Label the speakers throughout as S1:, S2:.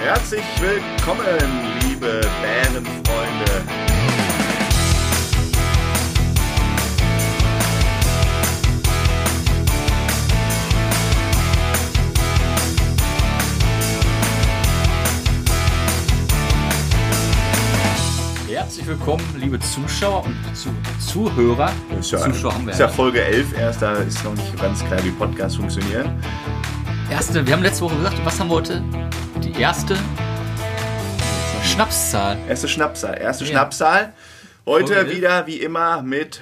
S1: Herzlich willkommen, liebe Bärenfreunde.
S2: Herzlich willkommen, liebe Zuschauer und Zu Zuhörer.
S1: Ist ja,
S2: Zuschauer haben wir
S1: ist ja
S2: ja.
S1: Folge 11 erst, da ist noch nicht ganz klar, wie Podcasts funktionieren.
S2: Erste, wir haben letzte Woche gesagt, was haben wir heute? Die erste Schnapszahl.
S1: Erste Schnapszahl, erste
S2: Ja.
S1: Schnapszahl. Heute
S2: Folge 11.
S1: wieder, wie immer, mit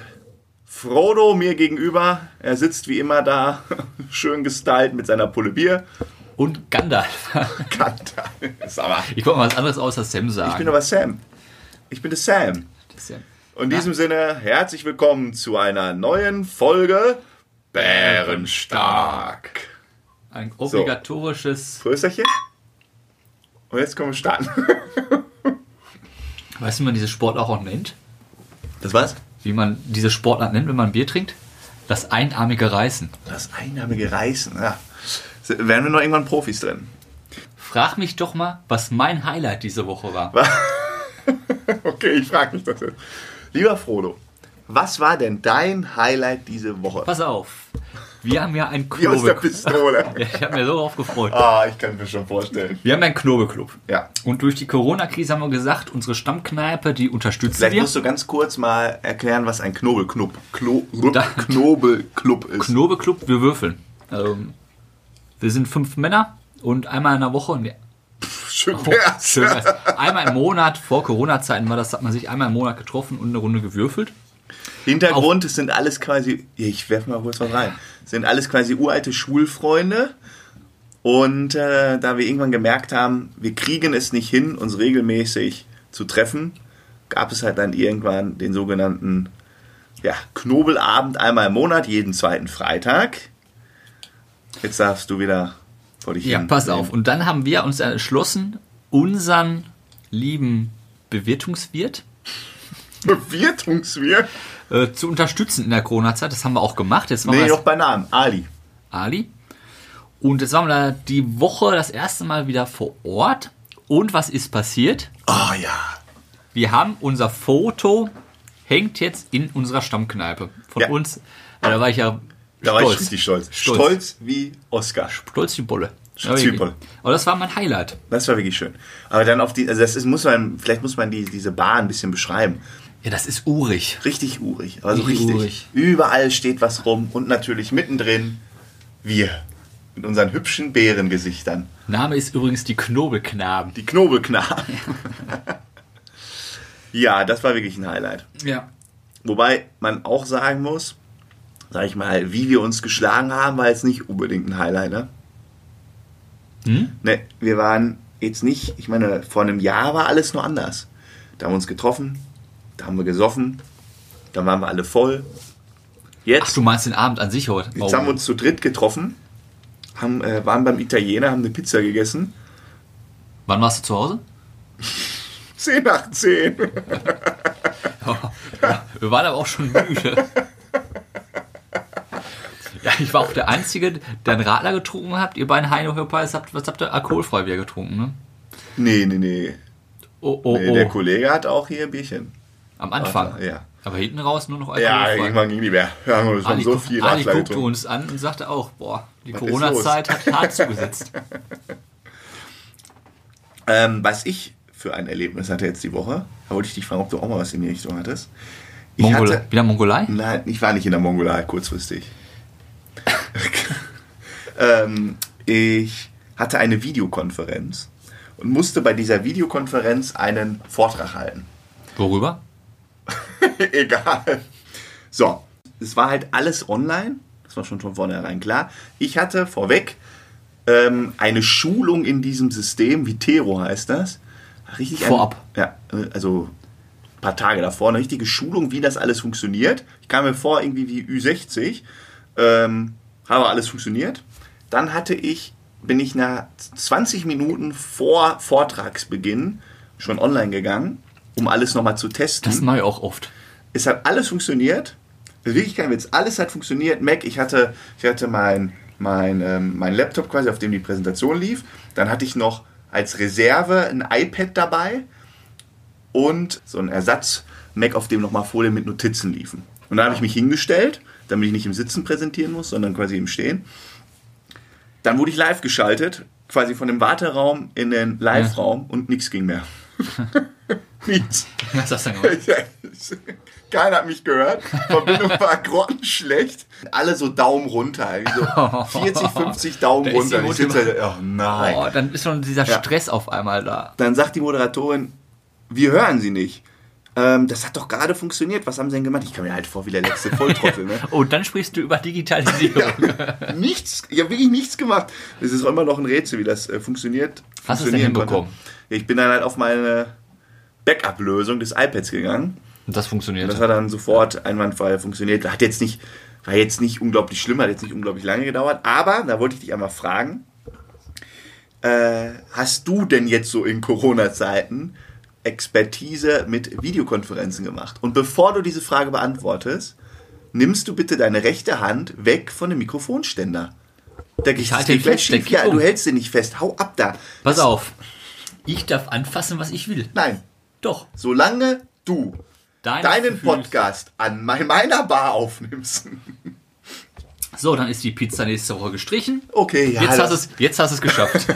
S1: Frodo mir gegenüber. Er sitzt wie immer da, schön gestylt mit seiner Pulle Bier.
S2: Und Gandalf.
S1: Gandalf. Sag mal,
S2: Ich wollte mal was anderes außer Sam sagen.
S1: Ich bin aber Sam. Ich bin der Sam.
S2: Das ist ja-
S1: In diesem Sinne, herzlich willkommen zu einer neuen Folge Bärenstark.
S2: ein obligatorisches.
S1: Prösterchen. Und jetzt kommen wir starten.
S2: Weißt du, wie man diese Sportart auch nennt?
S1: Das war's?
S2: Wie man diese Sportart nennt, wenn man Bier trinkt? Das einarmige Reißen.
S1: Das einnahmige Reißen. Ja. Werden wir noch irgendwann Profis drin?
S2: Frag mich doch mal, was mein Highlight diese Woche war.
S1: Okay, ich frage mich das jetzt. Lieber Frodo, was war denn dein Highlight diese Woche?
S2: Pass auf. Wir haben ja einen
S1: Wie aus der
S2: Knobel.
S1: Pistole.
S2: Ich habe mir so drauf gefreut.
S1: Ah, ich kann mir schon vorstellen.
S2: Wir haben ja einen Knobelclub.
S1: Ja.
S2: Und durch die Corona-Krise haben wir gesagt, unsere Stammkneipe, die unterstützen
S1: Vielleicht
S2: wir.
S1: musst du ganz kurz mal erklären, was ein Knobelknub, Klo,
S2: Da-
S1: Knobelklub ist.
S2: Knobelclub, wir würfeln. Also, wir sind fünf Männer und einmal in der Woche, nee,
S1: Schön wär's.
S2: schön wär's. einmal im Monat, vor Corona-Zeiten war das, hat man sich einmal im Monat getroffen und eine Runde gewürfelt.
S1: Hintergrund, es sind alles quasi, ich werf mal kurz was rein, Es sind alles quasi uralte Schulfreunde. Und äh, da wir irgendwann gemerkt haben, wir kriegen es nicht hin, uns regelmäßig zu treffen, gab es halt dann irgendwann den sogenannten ja, Knobelabend einmal im Monat, jeden zweiten Freitag. Jetzt darfst du wieder vor dich
S2: Ja,
S1: hin.
S2: pass auf. Und dann haben wir uns entschlossen, unseren lieben Bewirtungswirt
S1: Bewirtungswirt?
S2: äh, zu unterstützen in der Corona-Zeit. Das haben wir auch gemacht. Jetzt machen
S1: Nee,
S2: wir das
S1: doch bei Namen. Ali.
S2: Ali. Und jetzt waren wir da die Woche das erste Mal wieder vor Ort. Und was ist passiert?
S1: Oh ja.
S2: Wir haben unser Foto hängt jetzt in unserer Stammkneipe von
S1: Ja.
S2: uns. Ja, da war ich ja
S1: Da war ich
S2: stolz.
S1: richtig stolz.
S2: Stolz.
S1: Stolz wie Oscar.
S2: stolz wie Bolle.
S1: Stolz wie Bolle.
S2: Aber das war mein Highlight.
S1: Das war wirklich schön. Aber dann auf die, also das ist, muss man, vielleicht muss man die, diese Bar ein bisschen beschreiben.
S2: Ja, das ist urig.
S1: Richtig urig, also
S2: Richtig
S1: richtig.
S2: urig.
S1: Überall steht was rum und natürlich mittendrin wir mit unseren hübschen Bärengesichtern.
S2: Name ist übrigens die Knobelknaben.
S1: Die Knobelknaben. ja, das war wirklich ein Highlight.
S2: Ja.
S1: Wobei man auch sagen muss, sag ich mal, wie wir uns geschlagen haben, war jetzt nicht unbedingt ein Highlight, ne?
S2: Hm?
S1: Ne, wir waren jetzt nicht, ich meine, vor einem Jahr war alles nur anders. Da haben wir uns getroffen, da haben wir gesoffen, dann waren wir alle voll.
S2: Ach,
S1: Jetzt,
S2: du meinst den Abend an sich heute? Oh.
S1: jetzt haben wir uns zu dritt getroffen, haben, äh, waren beim Italiener, haben eine Pizza gegessen.
S2: Wann warst du zu Hause?
S1: 10 nach 10.
S2: Wir waren aber auch schon müde. Ja, ich war auch der Einzige, der einen Radler getrunken habt. Ihr beiden Heino Hörpeis habt, was habt ihr? Alkoholfrei Bier getrunken, ne?
S1: Nee, nee, nee.
S2: Oh, oh,
S1: nee
S2: oh.
S1: Der Kollege hat auch hier ein Bierchen.
S2: Am Anfang.
S1: Ja.
S2: Aber hinten raus nur noch
S1: Ja,
S2: alkoholfrei.
S1: irgendwann ging die mehr. Wir haben schon
S2: Ali,
S1: so viel
S2: Ali
S1: Radler
S2: guckte
S1: getrunken.
S2: uns an und sagte auch, boah, die
S1: ist
S2: Corona-Zeit hat hart zugesetzt.
S1: Ähm, was ich für ein Erlebnis hatte jetzt die Woche, da wollte ich dich fragen, ob du auch mal was in die Richtung hattest. Ich
S2: Mongolei.
S1: hatte, Hm.
S2: Wieder Mongolei?
S1: Nein, ich war nicht in der Mongolei kurzfristig. ähm, ich hatte eine Videokonferenz und musste bei dieser Videokonferenz einen Vortrag halten.
S2: Worüber?
S1: Egal. So, es war halt alles online. Das war schon von vornherein klar. Ich hatte vorweg ähm, eine Schulung in diesem System, Vitero heißt das. Richtig ein-
S2: Vorab.
S1: ja, äh, also ein paar Tage davor. Eine richtige Schulung, wie das alles funktioniert. Ich kam mir vor, irgendwie wie Ü60. Ähm, aber alles funktioniert. Dann hatte ich, bin ich nach 20 Minuten vor Vortragsbeginn schon online gegangen, um alles nochmal zu testen.
S2: Das mache ich auch oft.
S1: Es hat alles funktioniert. Wirklich kein Witz. Alles hat funktioniert. Mac, ich hatte, ich hatte mein, mein, ähm, mein Laptop quasi, auf dem die Präsentation lief. Dann hatte ich noch als Reserve ein iPad dabei und so ein Ersatz-Mac, auf dem nochmal Folien mit Notizen liefen. Und da habe ich mich hingestellt, damit ich nicht im Sitzen präsentieren muss, sondern quasi im Stehen. Dann wurde ich live geschaltet, quasi von dem Warteraum in den Live-Raum und nichts ging mehr. nichts.
S2: Was hast du denn gemacht?
S1: Keiner hat mich gehört. Verbindung war grottenschlecht. Alle so Daumen runter. So 40, 50 Daumen
S2: Da ist die
S1: runter. Ich
S2: Motivation.
S1: sitze da, oh nein.
S2: Oh, dann ist schon dieser
S1: Ja.
S2: Stress auf einmal da.
S1: Dann sagt die Moderatorin, wir hören sie nicht. Ähm, das hat doch gerade funktioniert. Was haben sie denn gemacht? Ich komme mir halt vor wie der letzte Volltrottel. Ne?
S2: Und Oh, dann sprichst du über Digitalisierung.
S1: nichts, ich habe wirklich nichts gemacht. Es ist auch immer noch ein Rätsel, wie das äh, funktioniert.
S2: Hast du es denn
S1: funktionieren konnte.
S2: hinbekommen?
S1: Ja, ich bin dann halt auf meine Backup-Lösung des iPads gegangen.
S2: Und das funktioniert.
S1: Das hat dann sofort einwandfrei funktioniert. Hat jetzt nicht, war jetzt nicht unglaublich schlimm, hat jetzt nicht unglaublich lange gedauert. Aber, da wollte ich dich einmal fragen, äh, hast du denn jetzt so in Corona-Zeiten Expertise mit Videokonferenzen gemacht? Und bevor du diese Frage beantwortest, nimmst du bitte deine rechte Hand weg von dem Mikrofonständer. Da ich
S2: halte ihn fest, der geht
S1: Ja,
S2: um.
S1: du hältst den nicht fest. Hau ab da.
S2: Pass auf. Ich darf anfassen, was ich will.
S1: Nein,
S2: Doch.
S1: solange du
S2: Dein
S1: deinen
S2: Gefühl-
S1: Podcast an mein- meiner Bar aufnimmst.
S2: So, dann ist die Pizza nächste Woche gestrichen.
S1: Okay, ja.
S2: Jetzt
S1: das-
S2: hast es, jetzt hast es geschafft.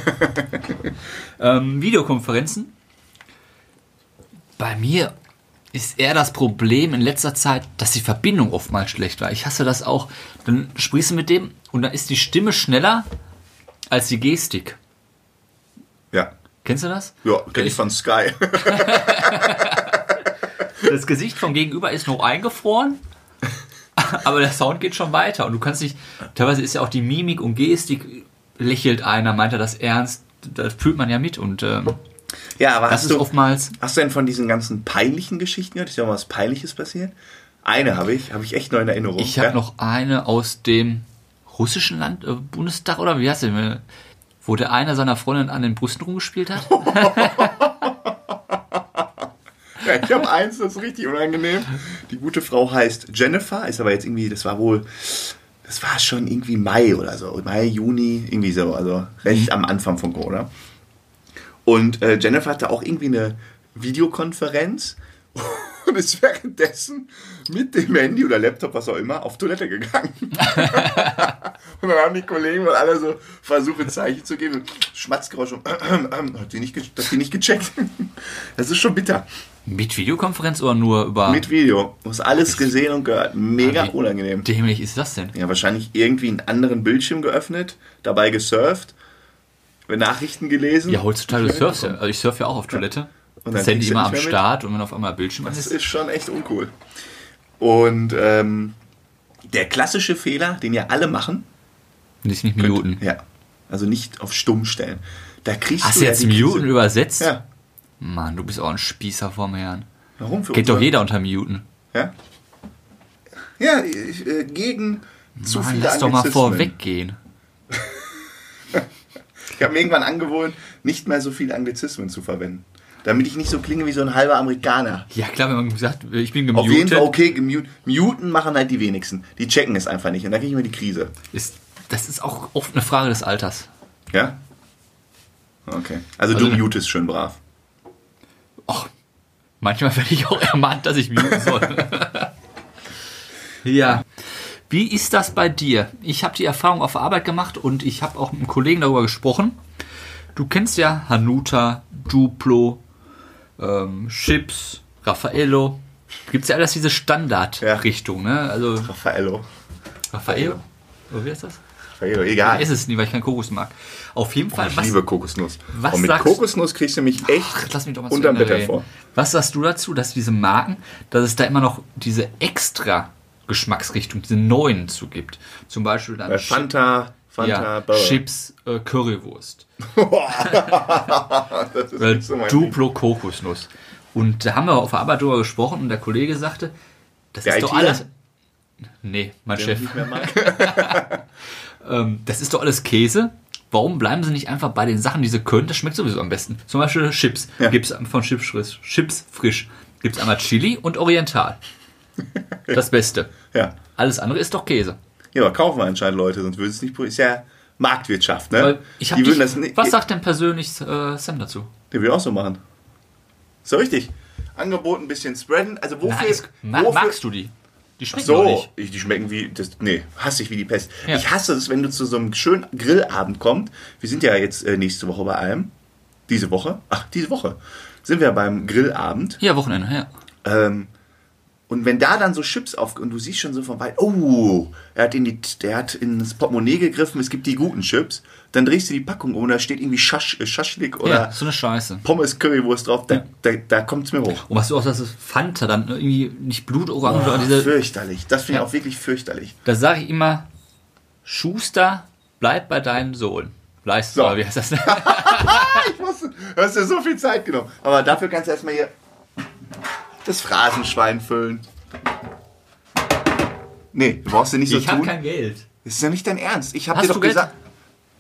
S2: ähm, Videokonferenzen. Bei mir ist eher das Problem in letzter Zeit, dass die Verbindung oftmals schlecht war. Ich hasse das auch. Dann sprichst du mit dem und dann ist die Stimme schneller als die Gestik.
S1: Ja.
S2: Kennst du das?
S1: Ja, kenne ich von Sky.
S2: Das Gesicht vom Gegenüber ist noch eingefroren, aber der Sound geht schon weiter. Und du kannst dich, teilweise ist ja auch die Mimik und Gestik, lächelt einer, meint er das ernst, das fühlt man ja mit. Und ähm,
S1: Ja, aber
S2: das
S1: hast
S2: ist
S1: du,
S2: oftmals
S1: hast du denn von diesen ganzen peinlichen Geschichten gehört? Ist ja mal was Peinliches passiert? Eine habe ich, habe ich echt noch in Erinnerung.
S2: Ich habe
S1: ja?
S2: noch eine aus dem russischen Land, äh, Bundestag oder wie heißt der? äh, Wo der einer seiner Freundin an den Brüsten rumgespielt hat.
S1: Ja, ich habe eins, das ist richtig unangenehm. Die gute Frau heißt Jennifer, ist aber jetzt irgendwie, das war wohl, das war schon irgendwie Mai oder so. Mai, Juni, irgendwie so, also recht am Anfang von Corona. Und äh, Jennifer hatte auch irgendwie eine Videokonferenz und ist währenddessen mit dem Handy oder Laptop, was auch immer, auf Toilette gegangen. und dann haben die Kollegen mal alle so versucht, ein Zeichen zu geben. Schmatzgeräusch und hat die nicht, ge- hat die nicht gecheckt. Das ist schon bitter.
S2: Mit Videokonferenz oder nur über.
S1: Mit Video. Du hast alles gesehen und gehört. Mega
S2: Ah. Wie
S1: unangenehm.
S2: Dämlich ist das denn?
S1: Ja, wahrscheinlich irgendwie einen anderen Bildschirm geöffnet, dabei gesurft, Nachrichten gelesen.
S2: Ja, heutzutage surfst du. Also ich surfe ja auch auf Toilette.
S1: dann
S2: das Handy
S1: kriegst du
S2: immer
S1: nicht
S2: am
S1: mehr mit.
S2: Start und wenn auf einmal Bildschirm an
S1: Das
S2: ist.
S1: ist schon echt uncool. Und ähm, der klassische Fehler, den ja alle machen,
S2: Nicht, nicht Minuten.
S1: ja, also nicht auf stumm stellen. Da kriegst
S2: Hast
S1: du
S2: du
S1: ja
S2: jetzt
S1: die
S2: Minuten
S1: Krise.
S2: übersetzt?
S1: Ja.
S2: Mann, du bist auch ein Spießer vom Herrn.
S1: Warum für
S2: Geht
S1: unsere-
S2: doch jeder unter Minuten.
S1: Ja, ja ich, äh, gegen zu
S2: Mann,
S1: viele
S2: lass doch mal
S1: Anglizismen.
S2: vorweggehen.
S1: Ich habe mir irgendwann angewohnt, nicht mehr so viel Anglizismen zu verwenden. Damit ich nicht so klinge wie so ein halber Amerikaner.
S2: Ja, klar, wenn man gesagt ich bin
S1: Auf jeden
S2: gemutet.
S1: Fall, okay, gemute- muten machen halt die wenigsten. Die checken es einfach nicht. Und da kriege ich immer die Krise.
S2: Ist, das ist auch oft eine Frage des Alters.
S1: Ja? Okay. Also,
S2: Also-
S1: du mutest schön brav.
S2: Och, manchmal werde ich auch ermahnt, dass ich muten soll. ja. Wie ist das bei dir? Ich habe die Erfahrung auf der Arbeit gemacht und ich habe auch mit einem Kollegen darüber gesprochen. Du kennst ja Hanuta, Duplo, ähm, Chips, Raffaello. Gibt es ja alles diese Standardrichtung, ne? Also
S1: Raffaello.
S2: Raffaello. Oder wie heißt das?
S1: Raffaello,
S2: Ich
S1: egal.
S2: esse es nie, weil ich keinen Kokos mag. Auf jeden Fall,
S1: Ich
S2: was,
S1: liebe Kokosnuss.
S2: was
S1: Und mit
S2: sagst-
S1: Kokosnuss kriegst du mich echt
S2: Lass mich doch mal zu
S1: unterm
S2: Ende
S1: Bett
S2: reden.
S1: hervor.
S2: Was sagst du dazu, dass diese Marken, dass es da immer noch diese extra Geschmacksrichtung, diese neuen zu gibt? Zum Beispiel dann
S1: Äh, Fanta, Fanta,
S2: ja,
S1: Burger.
S2: Chips, äh, Currywurst,
S1: Das ist
S2: äh,
S1: nicht so mein Ding.
S2: Duplo Kokosnuss. Und da haben wir auf der Arbeit drüber gesprochen und der Kollege sagte, das
S1: Der
S2: ist doch
S1: ITler?
S2: alles. Nee, mein Chef.
S1: Nicht mehr mag.
S2: Ähm, das ist doch alles Käse. Warum bleiben sie nicht einfach bei den Sachen, die sie können? Das schmeckt sowieso am besten. Zum Beispiel Chips.
S1: Ja.
S2: Gibt's von Chips frisch. Chips frisch. Gibt es einmal Chili und Oriental. Das Beste.
S1: Ja.
S2: Alles andere ist doch Käse.
S1: Ja, aber kaufen wir anscheinend Leute, sonst würden es nicht. pro- Ist ja Marktwirtschaft, ne?
S2: Weil ich hab
S1: die
S2: dich,
S1: würden das nicht.
S2: was sagt denn persönlich äh, Sam dazu?
S1: Den will ich auch so machen. So richtig. Angebot ein bisschen spreaden. Also wofür,
S2: Nice. Ma
S1: wofür
S2: magst du die? Die schmecken doch
S1: so,
S2: nicht.
S1: ich, die schmecken wie, das, nee, hasse ich wie die Pest.
S2: Ja.
S1: Ich hasse es, wenn du zu so einem schönen Grillabend kommst. Wir sind ja jetzt äh, nächste Woche bei allem. Diese Woche, ach, diese Woche sind wir beim Grillabend.
S2: Ja, Wochenende, ja.
S1: Ähm, und wenn da dann so Chips auf und du siehst schon so von weit, oh, er hat in die, der hat ins Portemonnaie gegriffen, es gibt die guten Chips, dann drehst du die Packung um und da steht irgendwie Schasch, äh, Schaschlik oder
S2: ja, so eine Scheiße.
S1: Pommes Currywurst drauf, da, da, da kommt es mir hoch.
S2: Und weißt du auch, dass es Fanta dann irgendwie nicht Blutorange oder diese
S1: fürchterlich, das finde ich
S2: Ja.
S1: auch wirklich fürchterlich.
S2: Da sage ich immer, Schuster, bleib bei deinen Sohlen. Bleibst
S1: So.
S2: so. wie heißt das?
S1: Ich wusste, du hast dir so viel Zeit genommen. Aber dafür kannst du erstmal hier das Phrasenschwein füllen. Nee, du brauchst dir nicht
S2: ich
S1: so
S2: habe
S1: tun.
S2: kein Geld.
S1: Das ist ja nicht dein Ernst. Ich habe
S2: Hast
S1: dir
S2: du
S1: doch
S2: Geld?
S1: gesagt.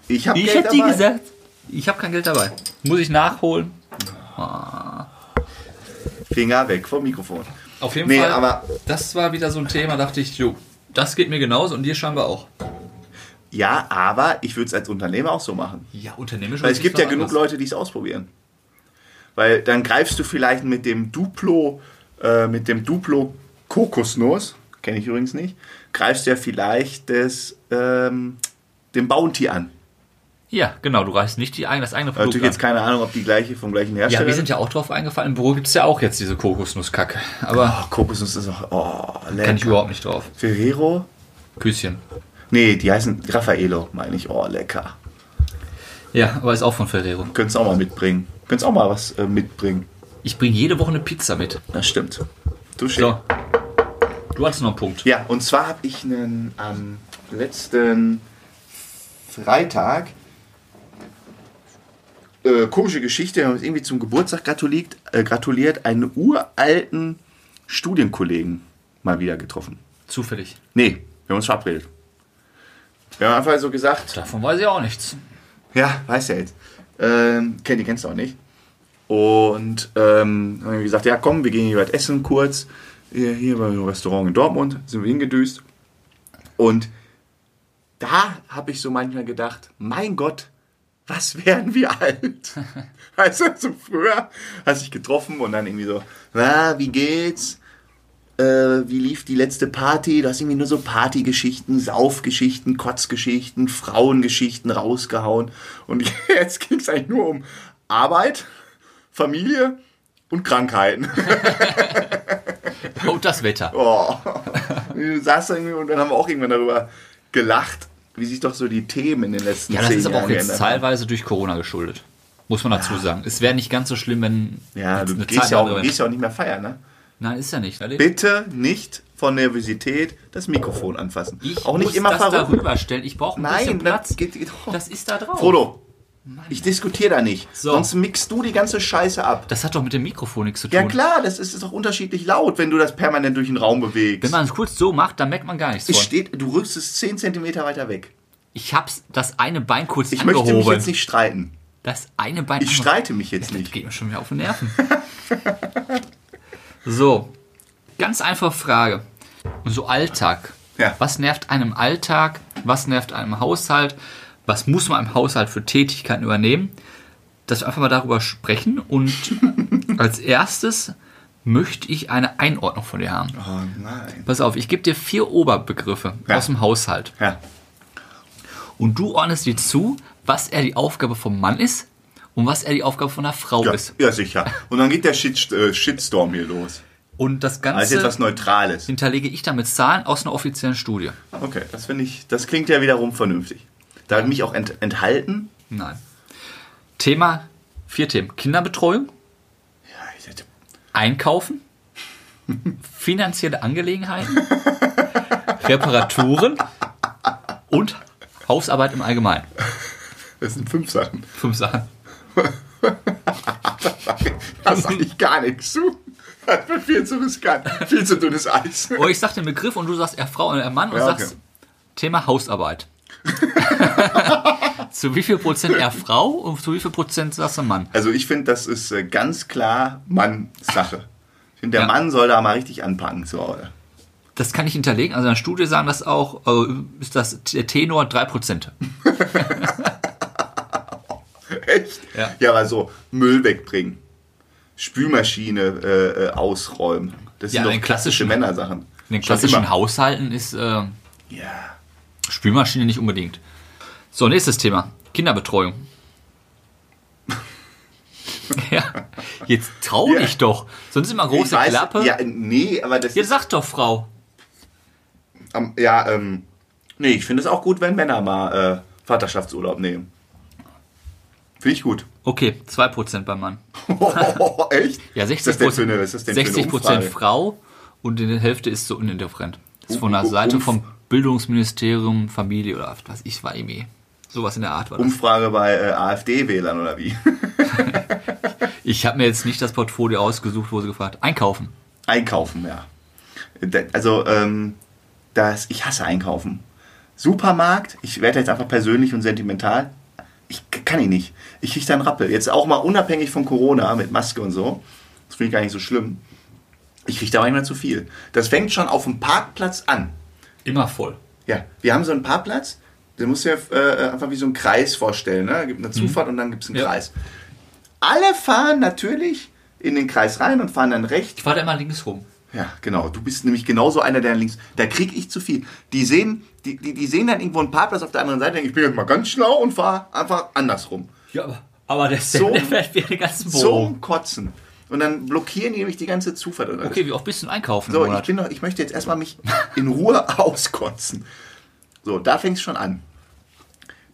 S1: Ich habe
S2: Ich
S1: Geld
S2: habe dir
S1: dabei.
S2: gesagt, ich habe kein Geld dabei. Muss ich nachholen?
S1: Finger weg vom Mikrofon.
S2: Auf jeden
S1: Nee,
S2: Fall.
S1: aber-
S2: das war wieder so ein Thema, dachte ich, jo, das geht mir genauso und dir scheinbar auch.
S1: Ja, aber ich würde es als Unternehmer auch so machen.
S2: Ja, unternehmerisch.
S1: Weil es gibt ja genug
S2: also.
S1: Leute, die es ausprobieren. Weil dann greifst du vielleicht mit dem Duplo, äh, mit dem Duplo Kokosnuss, kenne ich übrigens nicht, greifst du ja vielleicht das, ähm, den Bounty an.
S2: Ja, genau, du reichst nicht die eigene, das eigene Produkt
S1: Natürlich jetzt
S2: an.
S1: keine Ahnung, ob die gleiche vom gleichen
S2: Ja,
S1: Hersteller
S2: wir sind ja auch drauf eingefallen. Im Büro gibt es ja auch jetzt diese Kokosnusskacke. Aber
S1: Oh, Kokosnuss ist auch. Oh, lecker.
S2: kann ich überhaupt nicht drauf.
S1: Ferrero?
S2: Küsschen.
S1: Nee, die heißen Raffaello, meine ich. Oh, lecker.
S2: Ja, aber ist auch von Ferrero.
S1: Könntest auch mal mitbringen. Könntest auch mal was äh, mitbringen.
S2: Ich bringe jede Woche eine Pizza mit.
S1: Das stimmt. Du
S2: So. Du hattest noch einen Punkt.
S1: Ja, und zwar habe ich einen am letzten Freitag äh, komische Geschichte, wir haben uns irgendwie zum Geburtstag gratuliert, äh, gratuliert, einen uralten Studienkollegen mal wieder getroffen.
S2: Zufällig.
S1: Nee, wir haben uns verabredet. Wir haben einfach so gesagt,
S2: Davon weiß ich auch nichts.
S1: ja, weiß ja jetzt. Ähm, kennt die kennst du auch nicht. Und ähm, haben wir gesagt, ja komm, wir gehen hier was essen kurz. Hier, hier beim Restaurant in Dortmund sind wir hingedüst. Und da habe ich so manchmal gedacht, mein Gott, was wären wir alt? Weißt du, so früher hast dich getroffen und dann irgendwie so, na, wie geht's? Äh, wie lief die letzte Party? Du hast irgendwie nur so Partygeschichten, Saufgeschichten, Kotzgeschichten, Frauengeschichten rausgehauen. Und jetzt ging's eigentlich nur um Arbeit, Familie und Krankheiten.
S2: Und das Wetter.
S1: Oh. Du saßt irgendwie und dann haben wir auch irgendwann darüber gelacht, wie sich doch so die Themen in den letzten
S2: Ja, das
S1: zehn
S2: ist aber
S1: Jahren
S2: auch jetzt
S1: geändert ne? haben.
S2: teilweise durch Corona geschuldet. Muss man dazu sagen. Es wäre nicht ganz so schlimm, wenn.
S1: Ja,
S2: jetzt
S1: du
S2: eine
S1: gehst
S2: Zeit
S1: ja,
S2: lang
S1: auch,
S2: drin-
S1: gehst ja auch nicht mehr feiern, ne?
S2: Nein, ist ja nicht.
S1: Bitte nicht von Nervosität das Mikrofon anfassen.
S2: Ich
S1: auch nicht
S2: muss
S1: immer
S2: das
S1: verrückt.
S2: darüber stellen. Ich brauche ein bisschen
S1: Nein,
S2: Platz.
S1: das geht, geht doch.
S2: Das ist da drauf.
S1: Frodo, ich diskutiere da nicht.
S2: Oh, So.
S1: Sonst mixt du die ganze Scheiße ab.
S2: Das hat doch mit dem Mikrofon nichts zu tun.
S1: Ja klar, das ist, ist doch unterschiedlich laut, wenn du das permanent durch den Raum bewegst.
S2: Wenn man es kurz so macht, dann merkt man gar nichts.
S1: es
S2: Von.
S1: steht, du rückst es 10 cm weiter weg.
S2: Ich hab's das eine Bein kurz
S1: Ich möchte
S2: angehoben.
S1: mich jetzt nicht streiten.
S2: das eine Bein
S1: Ich
S2: angehoben.
S1: streite mich jetzt
S2: Das
S1: nicht.
S2: geht mir schon wieder auf den Nerven. so, ganz einfache Frage. So Alltag.
S1: Ja.
S2: Was nervt einem Alltag? Was nervt einem Haushalt? Was muss man im Haushalt für Tätigkeiten übernehmen? Dass wir einfach mal darüber sprechen. Und als erstes möchte ich eine Einordnung von dir haben.
S1: Oh nein.
S2: Pass auf, ich gebe dir vier Oberbegriffe
S1: Ja.
S2: aus dem Haushalt.
S1: Ja.
S2: Und du ordnest dir zu, was er die Aufgabe vom Mann ist und was er die Aufgabe von der Frau
S1: Ja,
S2: ist.
S1: ja, sicher. Und dann geht der Shit, äh, Shitstorm hier los.
S2: Und das Ganze.
S1: Als etwas Neutrales.
S2: hinterlege ich damit Zahlen aus einer offiziellen Studie.
S1: Okay, das finde ich, das klingt ja wiederum vernünftig. Da hat mich auch ent, enthalten.
S2: Nein. Thema, vier Themen. Kinderbetreuung,
S1: Ja, ich hätte-
S2: Einkaufen, finanzielle Angelegenheiten, Reparaturen und Hausarbeit im Allgemeinen.
S1: Das sind fünf Sachen.
S2: Fünf Sachen.
S1: Da sage ich gar nichts zu. Das wird viel zu riskant. Viel zu dünnes Eis.
S2: Oh, ich sag den Begriff und du sagst er Frau und er Mann und
S1: Ja, okay.
S2: sagst Thema Hausarbeit. zu wie viel Prozent er Frau und zu wie viel Prozent sagst du Mann?
S1: Also ich finde, das ist äh, ganz klar Mann-Sache. Ich finde, der
S2: Ja.
S1: Mann soll da mal richtig anpacken zu Hause.
S2: das kann ich hinterlegen. Also in der Studie sagen das auch, äh, ist das der Tenor 3%.
S1: Echt?
S2: Ja.
S1: ja, aber so, Müll wegbringen, Spülmaschine äh, äh, ausräumen. Das
S2: Ja,
S1: sind
S2: in den
S1: doch klassische
S2: klassischen-
S1: Männersachen.
S2: In
S1: Schon
S2: den klassischen
S1: immer.
S2: Haushalten ist äh,
S1: Ja.
S2: Spülmaschine nicht unbedingt. So, nächstes Thema. Kinderbetreuung. ja, jetzt trau
S1: Ja.
S2: dich doch. Sonst immer große
S1: Ich weiß-
S2: Klappe.
S1: Ja, äh, nee, aber das
S2: Jetzt
S1: ist.
S2: sag doch, Frau.
S1: am- ja, ähm. Nee, ich finde es auch gut, wenn Männer mal äh, Vaterschaftsurlaub nehmen. Finde ich gut.
S2: Okay, 2% beim Mann.
S1: echt?
S2: Ja,
S1: ist das
S2: 60
S1: denn für eine, was ist das denn für eine
S2: 60 Prozent
S1: Umfrage?
S2: Frau und die Hälfte ist so unindifferent. Das ist
S1: Um-
S2: von der
S1: um-
S2: Seite
S1: Umf-
S2: vom Bildungsministerium, Familie oder was weiß ich, war irgendwie sowas in der Art. War das.
S1: Umfrage bei äh, AfD-Wählern oder wie?
S2: Ich habe mir jetzt nicht das Portfolio ausgesucht, wo sie gefragt hat. Einkaufen.
S1: Einkaufen, ja. Da- Also, ähm, das, ich hasse Einkaufen. Supermarkt, ich werde jetzt einfach persönlich und sentimental. Ich k- kann ihn nicht. Ich kriege da einen Rappel. Jetzt auch mal unabhängig von Corona mit Maske und so. Das finde ich gar nicht so schlimm. Ich kriege da manchmal zu viel. Das fängt schon auf dem Parkplatz an.
S2: Immer voll.
S1: Ja, wir haben so einen Parkplatz, den musst du dir äh, einfach wie so einen Kreis vorstellen. Ne? gibt eine Zufahrt und dann gibt es einen
S2: Mhm. Ja.
S1: Kreis. Alle fahren natürlich in den Kreis rein und fahren dann rechts
S2: Ich fahre da immer links rum.
S1: ja, genau. Du bist nämlich genauso einer, der links. Da krieg ich zu viel. Die sehen, die, die, die sehen dann irgendwo einen Parkplatz auf der anderen Seite, denken, ich bin jetzt mal ganz schlau und fahre einfach andersrum.
S2: Ja, aber, aber der
S1: So-
S2: der fährt wie den ganzen Bogen.
S1: Zum Kotzen. Und dann blockieren die nämlich die ganze Zufahrt. Und alles.
S2: Okay, wie oft bist du denn einkaufen
S1: so,
S2: im
S1: ich,
S2: Monat?
S1: bin noch, ich möchte jetzt erstmal mich in Ruhe auskotzen. So, da fängt es schon an.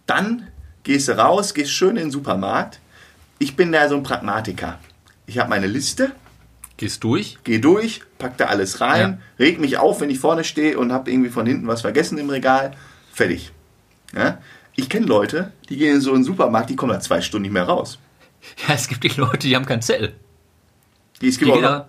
S1: Dann gehst du raus, gehst schön in den Supermarkt. Ich bin da so ein Pragmatiker. Ich habe meine Liste.
S2: Gehst durch?
S1: gehe durch, pack da alles rein, reg mich auf, wenn ich vorne stehe und habe irgendwie von hinten was vergessen im Regal. Fertig. Ja? Ich kenne Leute, die gehen in so einen Supermarkt, die kommen da zwei Stunden nicht mehr raus.
S2: Ja, es gibt die Leute, die haben keinen Zettel.
S1: Die, es
S2: Die
S1: gibt auch
S2: gehen da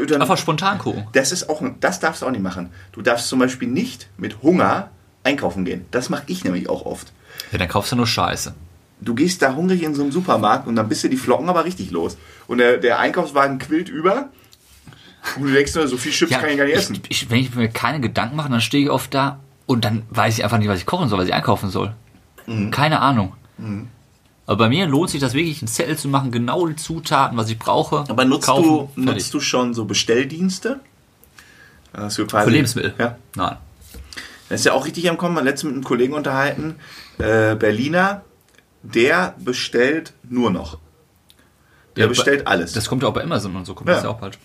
S1: noch- dann-
S2: einfach spontan gucken.
S1: das ist auch, ein- das darfst du auch nicht machen. Du darfst zum Beispiel nicht mit Hunger einkaufen gehen. Das mache ich nämlich auch oft.
S2: Ja, dann kaufst du nur Scheiße.
S1: Du gehst da hungrig in so einen Supermarkt und dann bist du die Flocken aber richtig los. Und der, der Einkaufswagen quillt über. Und du denkst nur, so viel Chips
S2: Ja,
S1: kann ich gar nicht essen.
S2: Ich, ich, wenn ich mir keine Gedanken mache, dann stehe ich oft da und dann weiß ich einfach nicht, was ich kochen soll, was ich einkaufen soll.
S1: Mhm.
S2: Keine Ahnung. Aber bei mir lohnt sich das wirklich, einen Zettel zu machen, genau die Zutaten, was ich brauche.
S1: Aber nutzt,
S2: kaufen,
S1: du,
S2: fertig.
S1: nutzt du schon so Bestelldienste? Hast du quasi,
S2: für Lebensmittel?
S1: Ja.
S2: Nein.
S1: Das ist ja auch richtig am Kommen. Wir haben letztens mit einem Kollegen unterhalten, äh, Berliner, der bestellt nur noch. Der
S2: Ja,
S1: bestellt
S2: aber-
S1: alles.
S2: Das kommt ja auch bei Amazon und so, kommt
S1: Ja.
S2: das ja auch bald.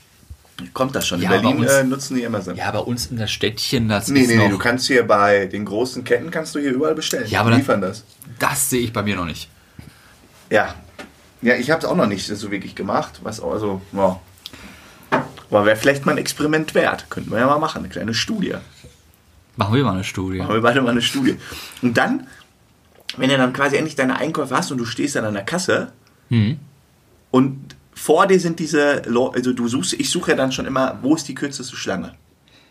S1: Kommt das schon.
S2: Ja,
S1: In Berlin
S2: bei uns-
S1: äh, nutzen die Amazon.
S2: Ja, bei uns in der Städtchen, das
S1: Nee,
S2: ist
S1: nee,
S2: noch,
S1: nee, du kannst hier bei den großen Ketten kannst du hier überall bestellen.
S2: Ja, aber
S1: die
S2: dann-
S1: liefern das.
S2: das sehe ich bei mir noch nicht.
S1: Ja. Ja, ich habe es auch noch nicht so wirklich gemacht. Was auch- also, wow. Aber wäre vielleicht mal ein Experiment wert. Könnten wir ja mal machen, eine kleine Studie.
S2: Machen wir mal eine Studie.
S1: Machen wir beide mal eine Studie. Und dann, wenn du dann quasi endlich deine Einkäufe hast und du stehst dann an der Kasse
S2: Mhm.
S1: und vor dir sind diese Leute, also du suchst, ich suche ja dann schon immer, wo ist die kürzeste Schlange?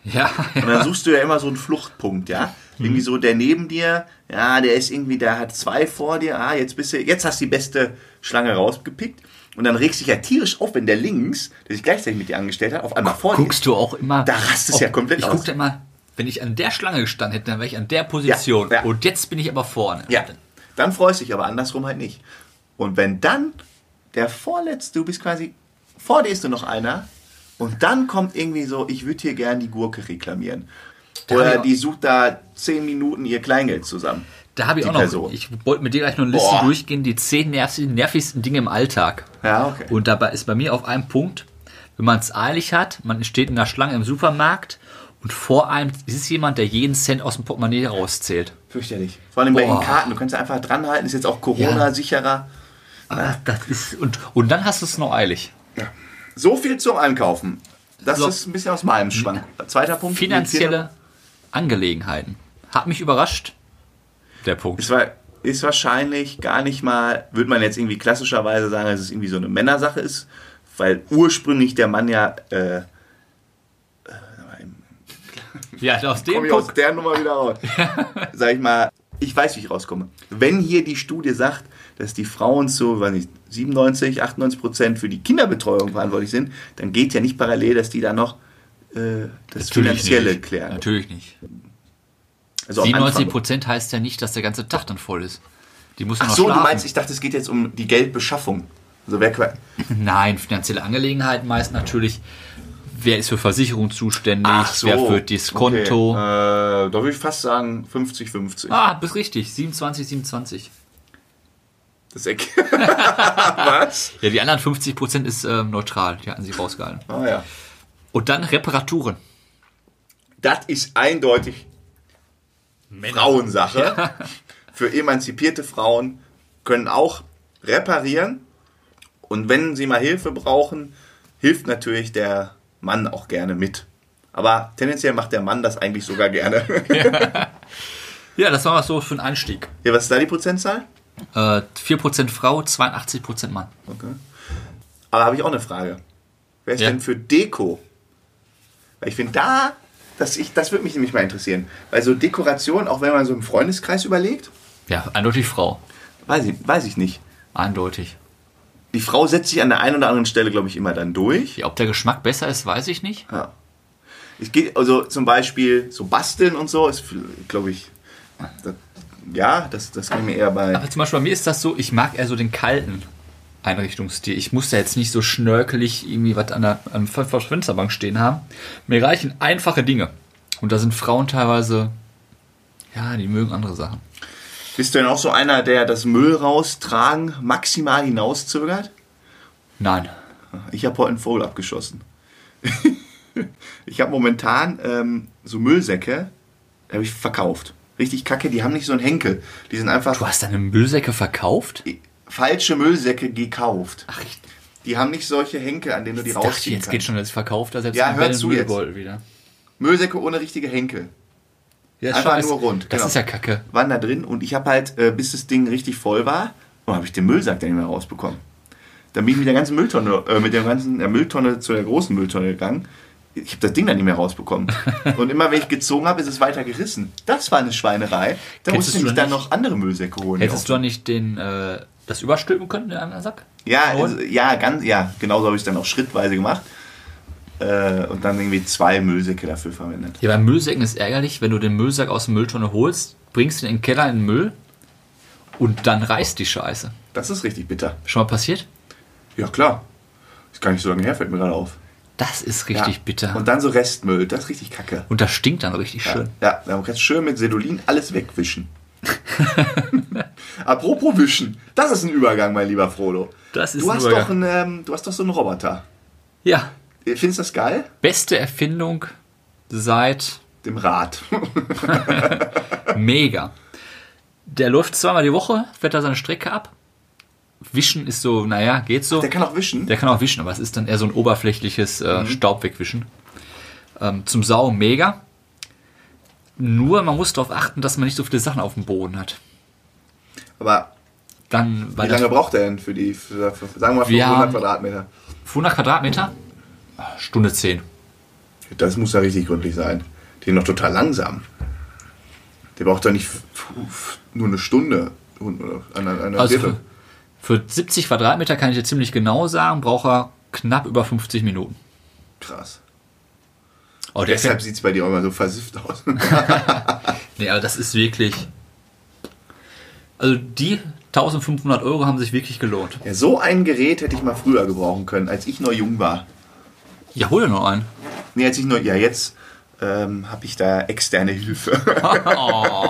S2: Ja,
S1: Und dann suchst du ja immer so einen Fluchtpunkt, ja? Irgendwie so der neben dir, ja, der ist irgendwie, der hat zwei vor dir, ah, jetzt bist du, jetzt hast du die beste Schlange rausgepickt. Und dann regst du dich ja tierisch auf, wenn der links, der sich gleichzeitig mit dir angestellt hat, auf einmal vor dir
S2: guckst du auch immer.
S1: Da rastest
S2: ob-
S1: ja komplett
S2: Ich
S1: aus.
S2: gucke immer, wenn ich an der Schlange gestanden hätte, dann wäre ich an der Position.
S1: Ja, ja.
S2: Und jetzt bin ich aber vorne.
S1: Ja, dann freust du dich, aber andersrum halt nicht. Und wenn dann der Vorletzte, du bist quasi, vor dir ist nur noch einer, und dann kommt irgendwie so, ich würde hier gern die Gurke reklamieren.
S2: Da hab ich
S1: Oder
S2: auch-
S1: die sucht da 10 Minuten ihr Kleingeld zusammen.
S2: Da habe ich
S1: Die
S2: auch noch.
S1: Person.
S2: Ich wollte mit dir gleich noch eine Liste
S1: Boah.
S2: durchgehen, die zehn nervigsten, nervigsten Dinge im Alltag.
S1: Ja, okay.
S2: Und dabei ist bei mir auf einem Punkt, wenn man es eilig hat, man steht in der Schlange im Supermarkt und vor einem ist jemand, der jeden Cent aus dem Portemonnaie rauszählt.
S1: Fürchterlich. Vor allem bei den
S2: Boah.
S1: Karten, du kannst einfach dranhalten, ist jetzt auch Corona-sicherer.
S2: Ah, Das ist, und, und dann hast du es noch eilig.
S1: So viel zum Einkaufen. Das
S2: So.
S1: ist ein bisschen aus meinem Schwank. Zweiter Punkt.
S2: Finanzielle Angelegenheiten. Hat mich überrascht, der Punkt.
S1: Es war, ist wahrscheinlich gar nicht mal, würde man jetzt irgendwie klassischerweise sagen, dass es irgendwie so eine Männersache ist, weil ursprünglich der Mann ja. Äh,
S2: Ja, aus dem
S1: komme ich aus
S2: Punkt.
S1: der Nummer wieder raus. Sag ich mal, ich weiß, wie ich rauskomme. Wenn hier die Studie sagt, dass die Frauen zu weiß nicht, 97, 98 Prozent für die Kinderbetreuung verantwortlich sind, dann geht ja nicht parallel, dass die da noch äh, das Finanzielle
S2: nicht.
S1: klären.
S2: Natürlich nicht.
S1: Also am
S2: 97
S1: Anfang.
S2: Prozent heißt ja nicht, dass der ganze Tag dann voll ist. Die muss ja
S1: Ach
S2: noch
S1: so, du
S2: schlafen.
S1: meinst, ich dachte, es geht jetzt um die Geldbeschaffung. Also wer, qua-
S2: Nein, finanzielle Angelegenheiten meist natürlich. Wer ist für Versicherung zuständig? Wer führt Diskonto?
S1: Okay. Äh, da würde ich fast sagen 50-50.
S2: Ah, bist richtig. 27, 27.
S1: Das Eck. Was?
S2: Ja, die anderen 50 Prozent ist ähm, neutral. Die hatten sie rausgehalten.
S1: Ah ja.
S2: Und dann Reparaturen.
S1: Das ist eindeutig Frauensache. Für emanzipierte Frauen können auch reparieren. Und wenn sie mal Hilfe brauchen, hilft natürlich der Mann auch gerne mit. Aber tendenziell macht der Mann das eigentlich sogar gerne.
S2: Ja, das war was so für einen Einstieg.
S1: Ja, was ist da die Prozentzahl?
S2: Äh, 4% Frau, 82% Mann.
S1: Okay. Aber habe ich auch eine Frage. Wer ist
S2: Ja.
S1: denn für Deko? Weil ich finde, da, das, ich, das würde mich nämlich mal interessieren. Weil so Dekoration, auch wenn man so im Freundeskreis überlegt,
S2: Ja, eindeutig Frau.
S1: weiß ich, weiß ich nicht.
S2: Eindeutig.
S1: Die Frau setzt sich an der einen oder anderen Stelle, glaube ich, immer dann durch.
S2: Ja, ob der Geschmack besser ist, weiß ich nicht.
S1: Ja. Ich gehe, also zum Beispiel so basteln und so, ist, glaube ich, das, ja, das, das kann ich mir eher bei.
S2: Aber zum Beispiel bei mir ist das so, ich mag eher so den kalten Einrichtungsstil. Ich muss da jetzt nicht so schnörkelig irgendwie was an der an der Fensterbank stehen haben. Mir reichen einfache Dinge. Und da sind Frauen teilweise, ja, die mögen andere Sachen.
S1: Bist du denn auch so einer, der das Müll raustragen maximal hinauszögert?
S2: Nein.
S1: Ich habe heute einen Foul abgeschossen. ich habe momentan ähm, so Müllsäcke, die habe ich verkauft. Richtig kacke, die haben nicht so einen Henkel. Die sind
S2: Du
S1: einfach
S2: hast deine Müllsäcke verkauft?
S1: falsche Müllsäcke gekauft.
S2: Ach, ich
S1: Die haben nicht solche Henkel, an denen du die
S2: dachte,
S1: rausziehen
S2: jetzt geht
S1: kannst.
S2: schon das Verkaufter selbst
S1: Ja,
S2: ein
S1: hör
S2: Bell-
S1: zu
S2: Müllbeutel wieder.
S1: Müllsäcke ohne richtige Henkel.
S2: Ja, ist
S1: Einfach
S2: scheiße.
S1: nur rund,
S2: Das
S1: genau.
S2: ist ja kacke.
S1: Waren da drin und ich habe halt, äh, bis das Ding richtig voll war, oh, habe ich den Müllsack dann nicht mehr rausbekommen. Dann bin ich mit der ganzen Mülltonne, äh, mit der ganzen äh, Mülltonne zu der großen Mülltonne gegangen. Ich habe das Ding dann nicht mehr rausbekommen. Und immer wenn ich gezogen habe, ist es weiter gerissen. Das war eine Schweinerei. Da
S2: Kennst
S1: musste
S2: du
S1: ich
S2: das
S1: dann
S2: nicht?
S1: noch andere Müllsäcke holen.
S2: Hättest du doch nicht den, äh, das überstülpen können, den anderen Sack?
S1: Ja,
S2: Holen?
S1: also, ja, ganz, ja, genauso habe ich es dann auch schrittweise gemacht. Äh, und dann irgendwie zwei Müllsäcke dafür verwendet.
S2: Ja, beim Müllsäcken ist ärgerlich, wenn du den Müllsack aus der Mülltonne holst, bringst ihn in den Keller in den Müll und dann reißt die Scheiße.
S1: Das ist richtig bitter.
S2: Schon mal passiert?
S1: Ja, klar. Ist gar nicht so lange her, fällt mir gerade auf.
S2: Das ist richtig
S1: ja.
S2: bitter.
S1: Und
S2: Und,
S1: dann so Restmüll, das ist richtig kacke.
S2: das stinkt dann richtig schön.
S1: Ja, dann kannst du schön mit Sedulin alles wegwischen. Apropos wischen, das ist ein Übergang, mein lieber Frodo.
S2: Das ist
S1: du
S2: ein
S1: hast
S2: Übergang.
S1: doch einen, ähm, Du hast doch so einen Roboter.
S2: Ja,
S1: Findest du das geil?
S2: beste Erfindung seit
S1: Dem Rad.
S2: mega. Der läuft zweimal die Woche, fährt da seine Strecke ab. Wischen ist so, naja, geht so.
S1: Der kann auch wischen.
S2: Der kann auch wischen, aber es ist dann eher so ein oberflächliches äh, Staub wegwischen. Ähm, zum Saugen mega. Nur man muss darauf achten, dass man nicht so viele Sachen auf dem Boden hat.
S1: Aber
S2: Dann bei
S1: wie
S2: der
S1: lange braucht der denn für die, für, für, sagen wir mal, für
S2: Wir
S1: 100
S2: haben-
S1: Quadratmeter?
S2: 100 Quadratmeter, Stunde 10.
S1: Das muss ja richtig gründlich sein. Die sind doch total langsam. Der braucht doch nicht f- f- nur eine Stunde. Eine, eine, eine
S2: Also
S1: Viertel.
S2: für, für 70 Quadratmeter kann ich dir ziemlich genau sagen, braucht er knapp über 50 Minuten.
S1: Krass.
S2: Oh, der
S1: Deshalb sieht es bei dir auch immer so versifft aus.
S2: Nee, aber das ist wirklich. Also die 1500 Euro haben sich wirklich gelohnt.
S1: Ja, so ein Gerät hätte ich mal früher gebrauchen können, als ich noch jung war.
S2: Ja, hol dir noch einen.
S1: Nee, als ich noch, ja, jetzt ähm, habe ich da externe Hilfe.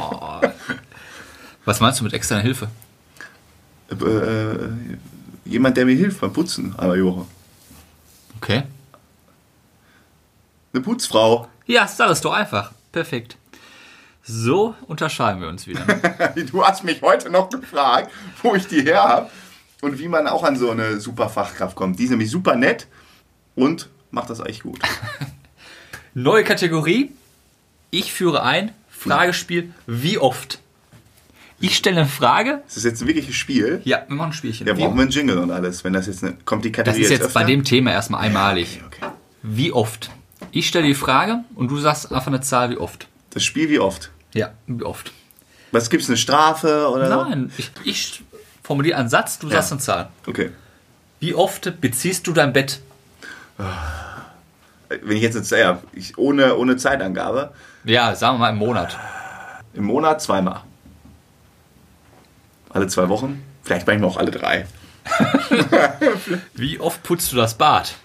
S2: Was meinst du mit externer Hilfe?
S1: äh, jemand, der mir hilft beim Putzen, aber Jura.
S2: Okay.
S1: Eine Putzfrau.
S2: Ja, ist alles doch einfach. Perfekt. So unterscheiden wir uns wieder.
S1: Du hast mich heute noch gefragt, wo ich die her habe und wie man auch an so eine super Fachkraft kommt. Die ist nämlich super nett und macht das eigentlich gut.
S2: Neue Kategorie. Ich führe ein Fragespiel. Wie oft? Ich stelle eine Frage.
S1: Das ist jetzt ein wirkliches Spiel.
S2: Ja, wir machen ein Spielchen.
S1: Da
S2: Wie-
S1: brauchen wir einen Jingle und alles. Wenn das jetzt eine, kommt die
S2: das
S1: Kategorie
S2: ist jetzt
S1: öfter?
S2: bei dem Thema erstmal einmalig.
S1: Okay, okay.
S2: Wie oft? Ich stelle die Frage und du sagst einfach eine Zahl, wie oft.
S1: Das Spiel wie oft?
S2: Ja, wie oft?
S1: Was gibt's eine Strafe oder? so?
S2: Nein, ich, ich formuliere einen Satz, du sagst eine Zahl.
S1: Okay.
S2: Wie oft beziehst du dein Bett?
S1: wenn ich jetzt eine Zeit, ja, ich, ohne, ohne Zeitangabe,
S2: Ja, sagen wir mal im Monat.
S1: im Monat zweimal. Alle zwei Wochen, vielleicht manchmal auch alle drei.
S2: Wie oft putzt du das Bad?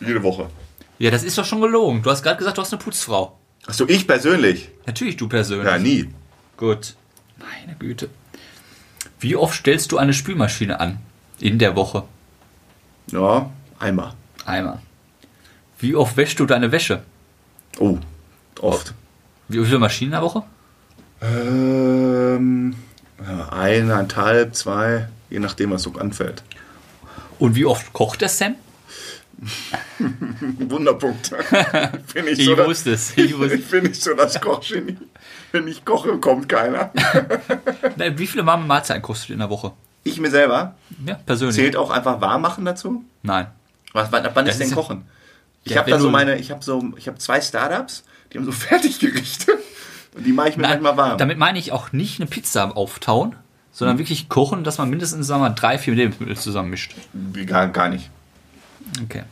S1: Jede Woche.
S2: Ja, das ist doch schon gelogen. Du hast gerade gesagt, du hast eine Putzfrau.
S1: Achso, ich persönlich?
S2: Natürlich du persönlich.
S1: Ja, nie.
S2: Gut. Meine Güte. Wie oft stellst du eine Spülmaschine an? In der Woche.
S1: Ja, einmal.
S2: Einmal. Wie oft wäschst du deine Wäsche?
S1: Oh, oft.
S2: Wie viele Maschinen in der Woche?
S1: Ähm, ja, eineinhalb, zwei, je nachdem, was so anfällt.
S2: Und wie oft kocht der Sam?
S1: Wunderpunkt. Bin ich,
S2: Ich
S1: so das,
S2: wusste es. Ich wusste
S1: ich bin nicht so das Kochgenie. Wenn ich koche, kommt keiner.
S2: es. Nein, Wie viele warme Mahlzeiten kostet in der Woche?
S1: Ich mir selber.
S2: Ja, persönlich.
S1: Zählt auch einfach warm machen dazu?
S2: Nein.
S1: Was, wann, wann ist
S2: ist
S1: denn
S2: ja-
S1: Kochen? Ich
S2: Ja,
S1: habe
S2: wenn
S1: da so
S2: du-
S1: meine, ich habe so, ich habe zwei Startups, die haben so Fertiggerichte und die mache ich mir
S2: Nein,
S1: manchmal warm.
S2: Damit meine ich auch nicht eine Pizza auftauen, sondern wirklich kochen, dass man mindestens sagen wir, mal, drei, vier Lebensmittel zusammenmischt.
S1: Gar, gar nicht.
S2: Okay.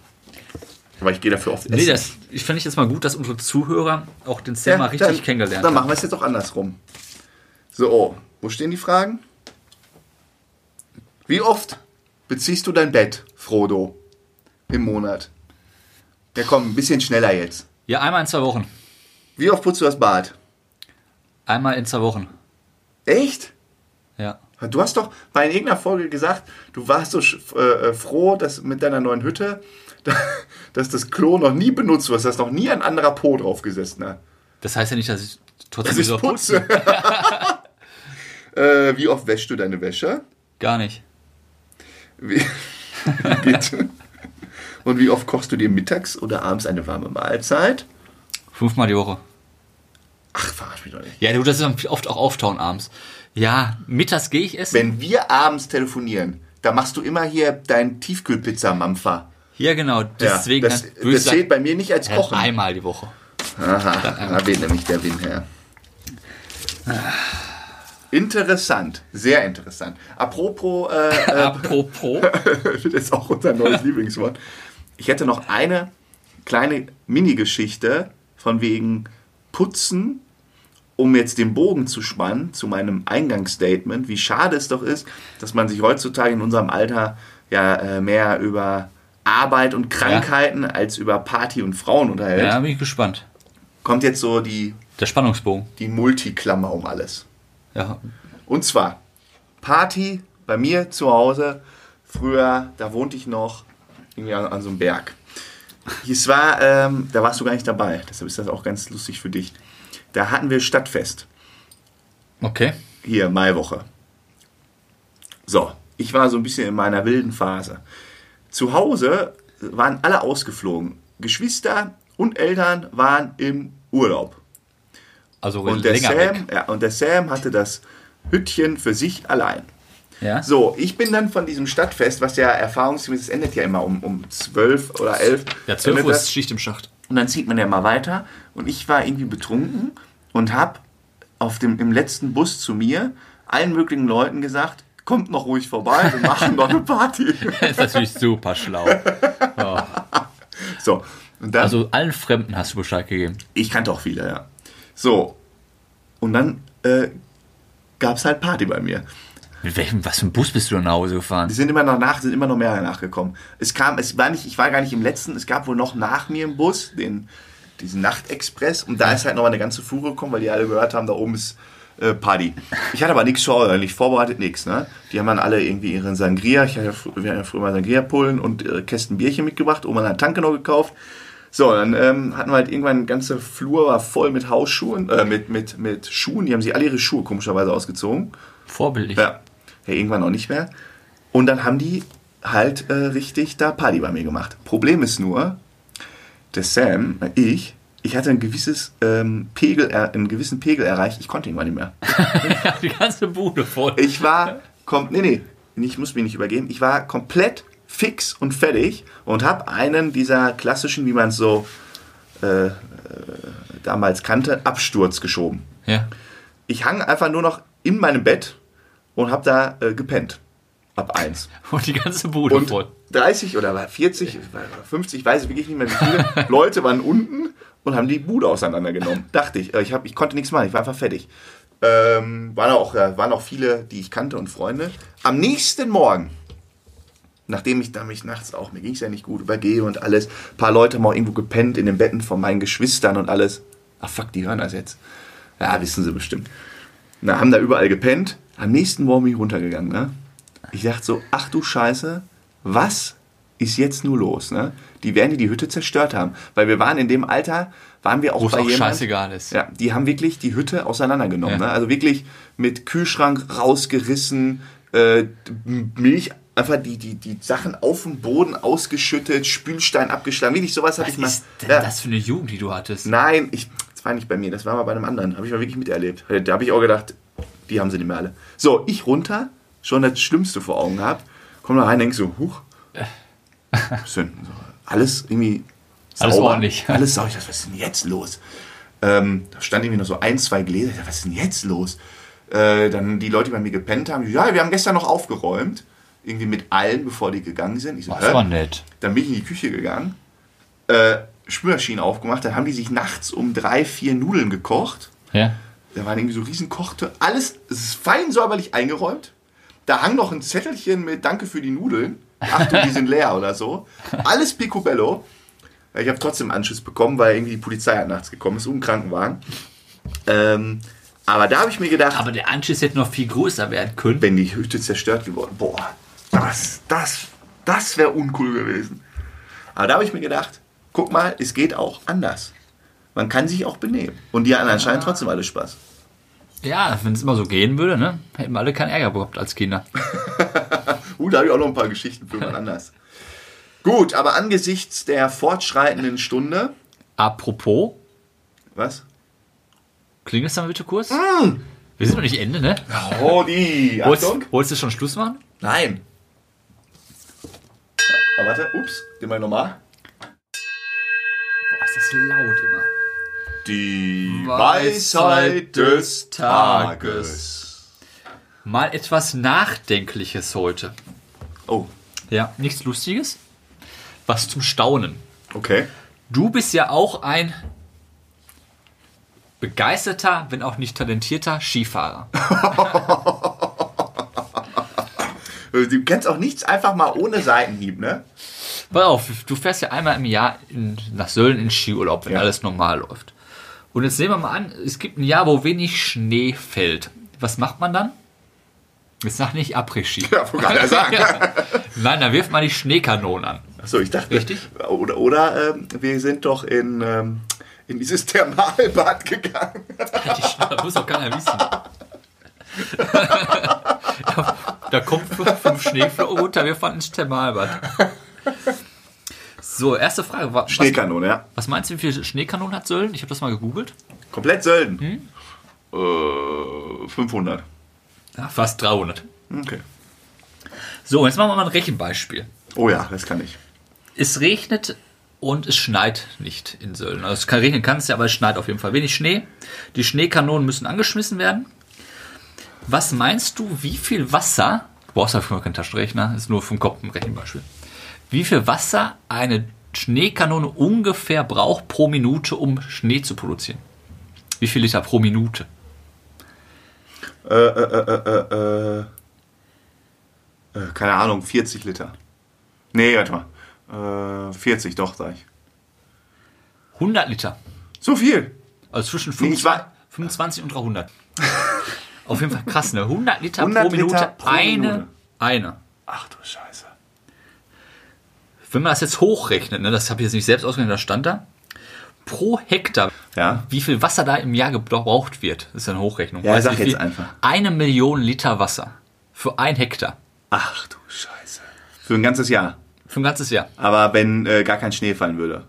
S1: Aber ich gehe dafür oft essen.
S2: Nee, das, ich fand ich jetzt mal gut, dass unsere Zuhörer auch den Sam mal richtig
S1: dann,
S2: kennengelernt
S1: Dann
S2: haben.
S1: machen wir es jetzt auch andersrum. So, oh, wo stehen die Fragen? Wie oft beziehst du dein Bett, Frodo, im Monat? Ja, komm, ein bisschen schneller jetzt.
S2: Ja, einmal in zwei Wochen.
S1: Wie oft putzt du das Bad?
S2: Einmal in zwei Wochen.
S1: Echt?
S2: Ja.
S1: Du hast doch bei irgendeiner Folge gesagt, du warst so sch- äh, äh, froh, dass mit deiner neuen Hütte, da- dass das Klo noch nie benutzt wurde, dass noch nie ein anderer Po drauf gesessen hat.
S2: Das heißt ja nicht, dass ich trotzdem
S1: Das ist
S2: wieder
S1: Putze. äh, wie oft wäschst du deine Wäsche?
S2: Gar nicht.
S1: Wie, geht. Und wie oft kochst du dir mittags oder abends eine warme Mahlzeit?
S2: Fünfmal die Woche.
S1: Ach, verarsch mich doch nicht.
S2: Ja, du, das ist dann oft auch auftauen abends. Ja, mittags gehe ich essen.
S1: Wenn wir abends telefonieren, da machst du immer hier deinen Tiefkühlpizza-Mampfer.
S2: ja, genau. Deswegen
S1: das,
S2: würde ich
S1: das
S2: sagen,
S1: zählt bei mir nicht als
S2: ja,
S1: Kochen.
S2: einmal die Woche.
S1: Aha, da weht nämlich der Wind her. Interessant, sehr interessant. Apropos, äh,
S2: Apropos.
S1: das ist auch unser neues Lieblingswort. Ich hätte noch eine kleine Mini-Geschichte von wegen Putzen, um jetzt den Bogen zu spannen zu meinem Eingangsstatement, wie schade es doch ist, dass man sich heutzutage in unserem Alter ja äh, mehr über Arbeit und Krankheiten als über Party und Frauen unterhält.
S2: Ja, bin ich gespannt.
S1: Kommt jetzt so die,
S2: Der Spannungsbogen.
S1: die Multiklammer um alles.
S2: Ja.
S1: Und zwar Party bei mir zu Hause. Früher, da wohnte ich noch irgendwie an, an so einem Berg. Es war, ähm, da warst du gar nicht dabei, deshalb ist das auch ganz lustig für dich. Da hatten wir Stadtfest.
S2: Okay.
S1: Hier, Maiwoche. So, ich war so ein bisschen in meiner wilden Phase. Zu Hause waren alle ausgeflogen. Geschwister und Eltern waren im Urlaub.
S2: Also
S1: Und der,
S2: länger
S1: Sam,
S2: weg.
S1: ja, und der Sam hatte das Hüttchen für sich allein.
S2: Ja?
S1: So, ich bin dann von diesem Stadtfest, was ja erfahrungsgemäß, es endet ja immer um, um 12 oder 11.
S2: ja, 12 Uhr
S1: endet das.
S2: ist Schicht im Schacht.
S1: Und dann zieht man ja mal weiter. Und ich war irgendwie betrunken und habe auf dem, im letzten Bus zu mir allen möglichen Leuten gesagt, kommt noch ruhig vorbei, wir machen noch eine Party.
S2: Das ist natürlich super schlau.
S1: So, und dann,
S2: Also allen Fremden hast du Bescheid gegeben.
S1: ich kannte auch viele, ja. So, und dann äh, gab es halt Party bei mir.
S2: Mit welchem, was für einem Bus bist du denn nach Hause gefahren?
S1: Die sind immer noch nach, sind immer noch mehr nachgekommen. Es kam, es war nicht, ich war gar nicht im letzten, es gab wohl noch nach mir im Bus den, diesen Nachtexpress und da ist halt noch mal eine ganze Fuhre gekommen, weil die alle gehört haben, da oben ist äh, Party. Ich hatte aber nichts vor, nicht vorbereitet, nichts. Ne? Die haben dann alle irgendwie ihren Sangria, ich hatte, ja fr- wir hatten ja früher mal Sangria-Pullen und äh, Kästen Bierchen mitgebracht, oben an der Tanke noch gekauft. So, dann ähm, hatten wir halt irgendwann, die ganze Flur war voll mit Hausschuhen, äh, mit, mit, mit Schuhen, die haben sich alle ihre Schuhe komischerweise ausgezogen.
S2: Vorbildlich.
S1: Ja. ja, irgendwann auch nicht mehr. Und dann haben die halt äh, richtig da Party bei mir gemacht. Problem ist nur, der Sam, äh, ich, ich hatte ein gewisses ähm, Pegel, er- einen gewissen Pegel erreicht. Ich konnte irgendwann nicht mehr.
S2: Die ganze Bude voll.
S1: Ich war, kom nee, nee, ich muss mich nicht übergeben. Ich war komplett fix und fertig und habe einen dieser klassischen, wie man es so äh, äh, damals kannte, Absturz geschoben.
S2: Ja.
S1: Ich hang einfach nur noch in meinem Bett und habe da äh, gepennt. ab 1.
S2: Und die ganze Bude
S1: Und
S2: voll.
S1: 30 oder 40 oder 50, weiß ich wirklich nicht mehr wie viele, Leute waren unten und haben die Bude auseinandergenommen. Dachte ich. Aber Ich, hab, ich konnte nichts machen, ich war einfach fertig. Ähm, waren, auch, äh, waren auch viele, die ich kannte und Freunde. Am nächsten Morgen, nachdem ich da mich nachts auch, mir ging es ja nicht gut, übergehe und alles, ein paar Leute haben auch irgendwo gepennt in den Betten von meinen Geschwistern und alles. Ach fuck, die hören das jetzt. Ja, wissen sie bestimmt. Na, haben da überall gepennt. Am nächsten Morgen bin ich runtergegangen, ne? Ich dachte so, ach du Scheiße, was ist jetzt nur los, ne? Die werden dir die Hütte zerstört haben. Weil wir waren in dem Alter, waren wir auch
S2: Wo es
S1: bei
S2: auch
S1: jemandem-
S2: scheißegal ist.
S1: Ja, die haben wirklich die Hütte auseinandergenommen.
S2: Ja.
S1: Ne? Also wirklich mit Kühlschrank rausgerissen, äh, M- Milch, einfach die, die, die Sachen auf dem Boden ausgeschüttet, Spülstein abgeschlagen. Wirklich sowas hatte
S2: Was
S1: ich mal.
S2: ist denn
S1: ja.
S2: das für eine Jugend, die du hattest?
S1: Nein, ich, das war nicht bei mir, das war mal bei einem anderen. Habe ich mal wirklich miterlebt. Da habe ich auch gedacht, die haben sie nicht mehr alle. So, ich runter, schon das Schlimmste vor Augen gehabt. Komm da rein, denk so, huch. Bisschen, so, alles irgendwie sauber.
S2: Alles ordentlich.
S1: Alles sauber. Ich dachte, was ist denn jetzt los? Ähm, da stand irgendwie noch so ein, zwei Gläser. Ich dachte, was ist denn jetzt los? Äh, dann die Leute, die bei mir gepennt haben, ja, wir haben gestern noch aufgeräumt. Irgendwie mit allen, bevor die gegangen sind. Ich so, hä?
S2: Das war nett.
S1: Dann bin ich in die Küche gegangen, äh, Spülmaschinen aufgemacht, dann haben die sich nachts um drei, vier Nudeln gekocht.
S2: Ja.
S1: Da waren irgendwie so riesenkochte, alles es ist fein säuberlich eingeräumt. Da hang noch ein Zettelchen mit Danke für die Nudeln. Achtung, die sind leer oder so. Alles picobello. Ich habe trotzdem einen Anschiss bekommen, weil irgendwie die Polizei hat nachts gekommen ist, um den Krankenwagen. Ähm, aber da habe ich mir gedacht,
S2: Aber der Anschiss hätte noch viel größer werden können.
S1: wenn die Hütte zerstört geworden. Boah, das, das, das wäre uncool gewesen. Aber da habe ich mir gedacht, guck mal, es geht auch anders. Man kann sich auch benehmen. Und die hatten anscheinend
S2: Ah.
S1: trotzdem alle Spaß.
S2: Ja, wenn es immer so gehen würde, ne? Hätten wir alle keinen Ärger gehabt als Kinder.
S1: Uh, da habe ich auch noch ein paar Geschichten für jemand anders. Gut, aber angesichts der fortschreitenden Stunde,
S2: Apropos,
S1: was?
S2: klingt es dann bitte kurz? Wir sind noch nicht Ende, ne?
S1: Oh, die, Mm.
S2: Wolltest,
S1: Achtung.
S2: wolltest du schon Schluss machen?
S1: Nein. Aber warte, ups, den mal nochmal.
S2: Boah, ist das laut immer.
S1: Die
S2: Weisheit des Tages. Mal etwas Nachdenkliches heute.
S1: Oh,
S2: Ja, nichts Lustiges. Was zum Staunen.
S1: okay.
S2: Du bist ja auch ein begeisterter, wenn auch nicht talentierter Skifahrer.
S1: Du kennst auch nichts einfach mal ohne Seitenhieb, ne?
S2: Pass auf, du fährst ja einmal im Jahr in, nach Sölden in Skiurlaub, wenn
S1: Ja.
S2: alles normal läuft. Und jetzt nehmen wir mal an, es gibt ein Jahr, wo wenig Schnee fällt. Was macht man dann? Jetzt sag nicht Après-Ski.
S1: Ja, wollte gerade sagen.
S2: Nein, dann wirft man die Schneekanonen an.
S1: Achso, ich dachte.
S2: Richtig?
S1: Oder, oder ähm, wir sind doch in, ähm, in dieses Thermalbad gegangen.
S2: Das muss doch keiner wissen. da kommt fünf fünf Schneeflocken runter, wir fahren ins Thermalbad. So, erste Frage. wa- Was,
S1: Schneekanone, ja.
S2: was meinst du, wie viele Schneekanonen hat Sölden? Ich habe das mal gegoogelt.
S1: Komplett Sölden. Äh, 500.
S2: Ja, fast 300.
S1: Okay.
S2: So, jetzt machen wir mal ein Rechenbeispiel.
S1: Oh ja, das kann ich.
S2: Es regnet und es schneit nicht in Sölden. Also es kann regnen kann es ja, aber es schneit auf jeden Fall wenig Schnee. Die Schneekanonen müssen angeschmissen werden. Was meinst du, wie viel Wasser, du brauchst dafür keinen Taschenrechner, ist nur vom Kopf ein Rechenbeispiel, wie viel Wasser eine Schneekanone ungefähr braucht pro Minute, um Schnee zu produzieren? Wie viel Liter pro Minute?
S1: Äh, äh, äh, äh, äh, äh, keine Ahnung, 40 Liter. Nee, warte mal. Äh, 40, doch, sag ich.
S2: 100 Liter.
S1: So viel.
S2: Also zwischen 25,
S1: Nee, ich war-
S2: 25 und 300. Auf jeden Fall krass, ne? 100 Liter
S1: 100
S2: pro
S1: Liter
S2: Minute.
S1: pro
S2: eine,
S1: Minute.
S2: eine.
S1: Ach du Scheiße.
S2: Wenn man das jetzt hochrechnet, ne? Das habe ich jetzt nicht selbst ausgerechnet, das stand da. Pro Hektar,
S1: Ja.
S2: wie viel Wasser da im Jahr gebraucht wird, ist eine Hochrechnung.
S1: Ja,
S2: Weißt du,
S1: sag
S2: wie
S1: jetzt
S2: viel?
S1: einfach.
S2: Eine Million Liter Wasser für ein Hektar.
S1: Ach du Scheiße. Für ein ganzes Jahr.
S2: Für ein ganzes Jahr.
S1: Aber wenn äh, gar kein Schnee fallen würde.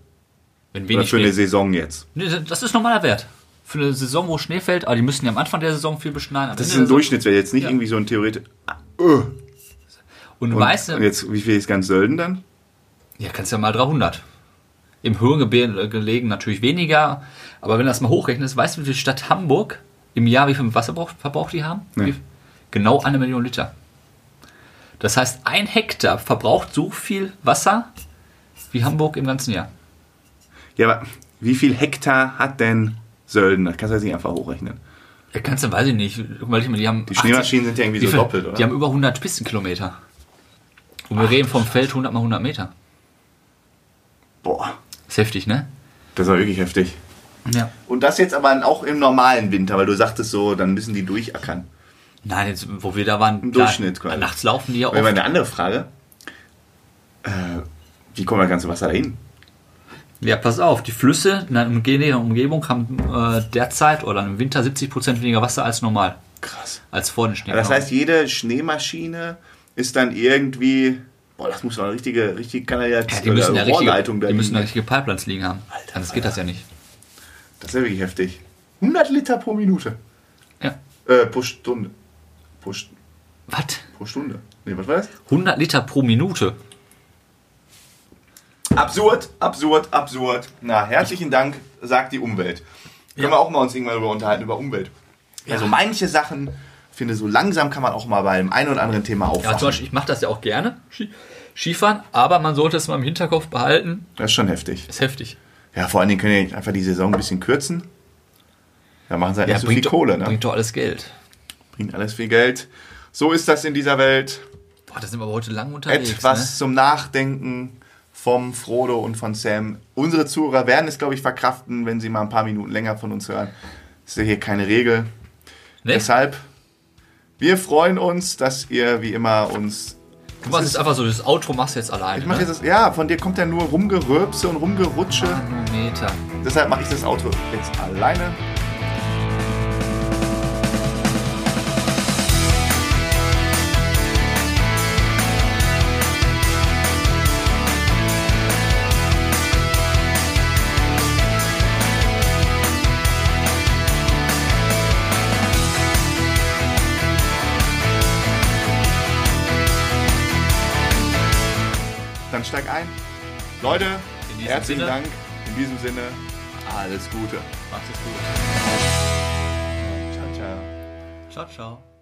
S2: Wenn
S1: Oder
S2: wenig
S1: für eine
S2: Schnee.
S1: Saison jetzt.
S2: Nee, das ist normaler Wert. Für eine Saison, wo Schnee fällt, aber die müssen ja am Anfang der Saison viel beschneiden. am
S1: Das ist ein
S2: Ende der Saison.
S1: Durchschnittswert, jetzt nicht
S2: also- Ja.
S1: irgendwie so ein Theoret. Ah, öh.
S2: Und,
S1: Und,
S2: du weißt du,
S1: und jetzt, wie viel ist ganz Sölden dann?
S2: Ja, kannst ja mal 300. Im Höhengebirge gelegen natürlich weniger, aber wenn du das mal hochrechnest, weißt du, wie viel Stadt Hamburg im Jahr wie viel Wasserverbrauch Verbrauch die haben?
S1: Nee.
S2: Wie- Genau eine Million Liter. Das heißt, ein Hektar verbraucht so viel Wasser wie Hamburg im ganzen Jahr.
S1: Ja, aber wie viel Hektar hat denn Sölden? Das kannst du jetzt nicht einfach hochrechnen.
S2: Ja, Kannst du, weiß ich nicht. Guck mal, die haben.
S1: Die Schneemaschinen sind ja irgendwie
S2: wie
S1: so
S2: viel-
S1: doppelt, oder?
S2: Die haben über 100 Pistenkilometer. Und wir reden vom Feld 100 mal 100 Meter.
S1: Boah,
S2: Ist heftig, ne?
S1: das war wirklich heftig.
S2: Ja.
S1: Und das jetzt aber auch im normalen Winter, weil du sagtest so, dann müssen die durchackern.
S2: Nein, jetzt, wo wir da waren,
S1: Im
S2: da,
S1: Durchschnitt quasi.
S2: nachts laufen die ja
S1: Aber immer
S2: oft.
S1: eine andere Frage. Äh, wie kommt das ganze Wasser dahin?
S2: Ja, pass auf, die Flüsse in einer umgehenden Umgebung haben äh, derzeit oder im Winter 70% weniger Wasser als normal,
S1: Krass.
S2: als vor den Schnee. Genau.
S1: Das heißt, jede Schneemaschine ist dann irgendwie. Boah, das muss doch eine richtige, richtige
S2: ja,
S1: Kanalisation
S2: die müssen ja
S1: oder Rohrleitung
S2: richtige,
S1: äh, da
S2: die müssen ja
S1: liegen.
S2: richtige Pipelines liegen haben.
S1: Alter,
S2: Anders geht das ja nicht.
S1: Das ist ja wirklich heftig. 100 Liter pro Minute.
S2: Ja.
S1: Äh, pro Stunde. Pro, St-
S2: Was?
S1: pro Stunde. Nee, was war das?
S2: 100 Liter pro Minute?
S1: Absurd, absurd, absurd. Na, herzlichen Dank, sagt die Umwelt. Können wir auch mal uns irgendwann darüber unterhalten, über Umwelt. Also manche Sachen, finde so langsam kann man auch mal beim einen oder anderen Thema
S2: Ja, zum
S1: aufwachen.
S2: Beispiel, ich mache das ja auch gerne, Ski- Skifahren, aber man sollte es mal im Hinterkopf behalten.
S1: das ist schon heftig.
S2: Ist heftig.
S1: Ja, vor allen Dingen können die einfach die Saison ein bisschen kürzen. Da machen sie halt nicht so viel
S2: doch-
S1: Kohle, ne?
S2: bringt doch alles Geld.
S1: Bringt alles viel Geld. So ist das in dieser Welt.
S2: Boah, da sind wir aber heute lang unterwegs.
S1: Etwas
S2: Ne?
S1: zum Nachdenken vom Frodo und von Sam. Unsere Zuhörer werden es, glaube ich, verkraften, wenn sie mal ein paar Minuten länger von uns hören. Das ist ja hier keine Regel.
S2: Nee?
S1: Deshalb, wir freuen uns, dass ihr wie immer uns.
S2: Guck mal, es ist einfach so, das Outro machst du jetzt alleine. ne?
S1: Ich mache jetzt das. Ja, von dir kommt ja nur Rumgeröpse und Rumgerutsche.
S2: ne? Meter.
S1: Deshalb mache ich das Auto jetzt alleine. Dann steig ein. Leute,
S2: In diesem
S1: herzlichen
S2: Sinne.
S1: Dank. In diesem Sinne, alles Gute.
S2: Macht es
S1: Ciao,
S2: gut.
S1: ciao.
S2: Ciao, ciao.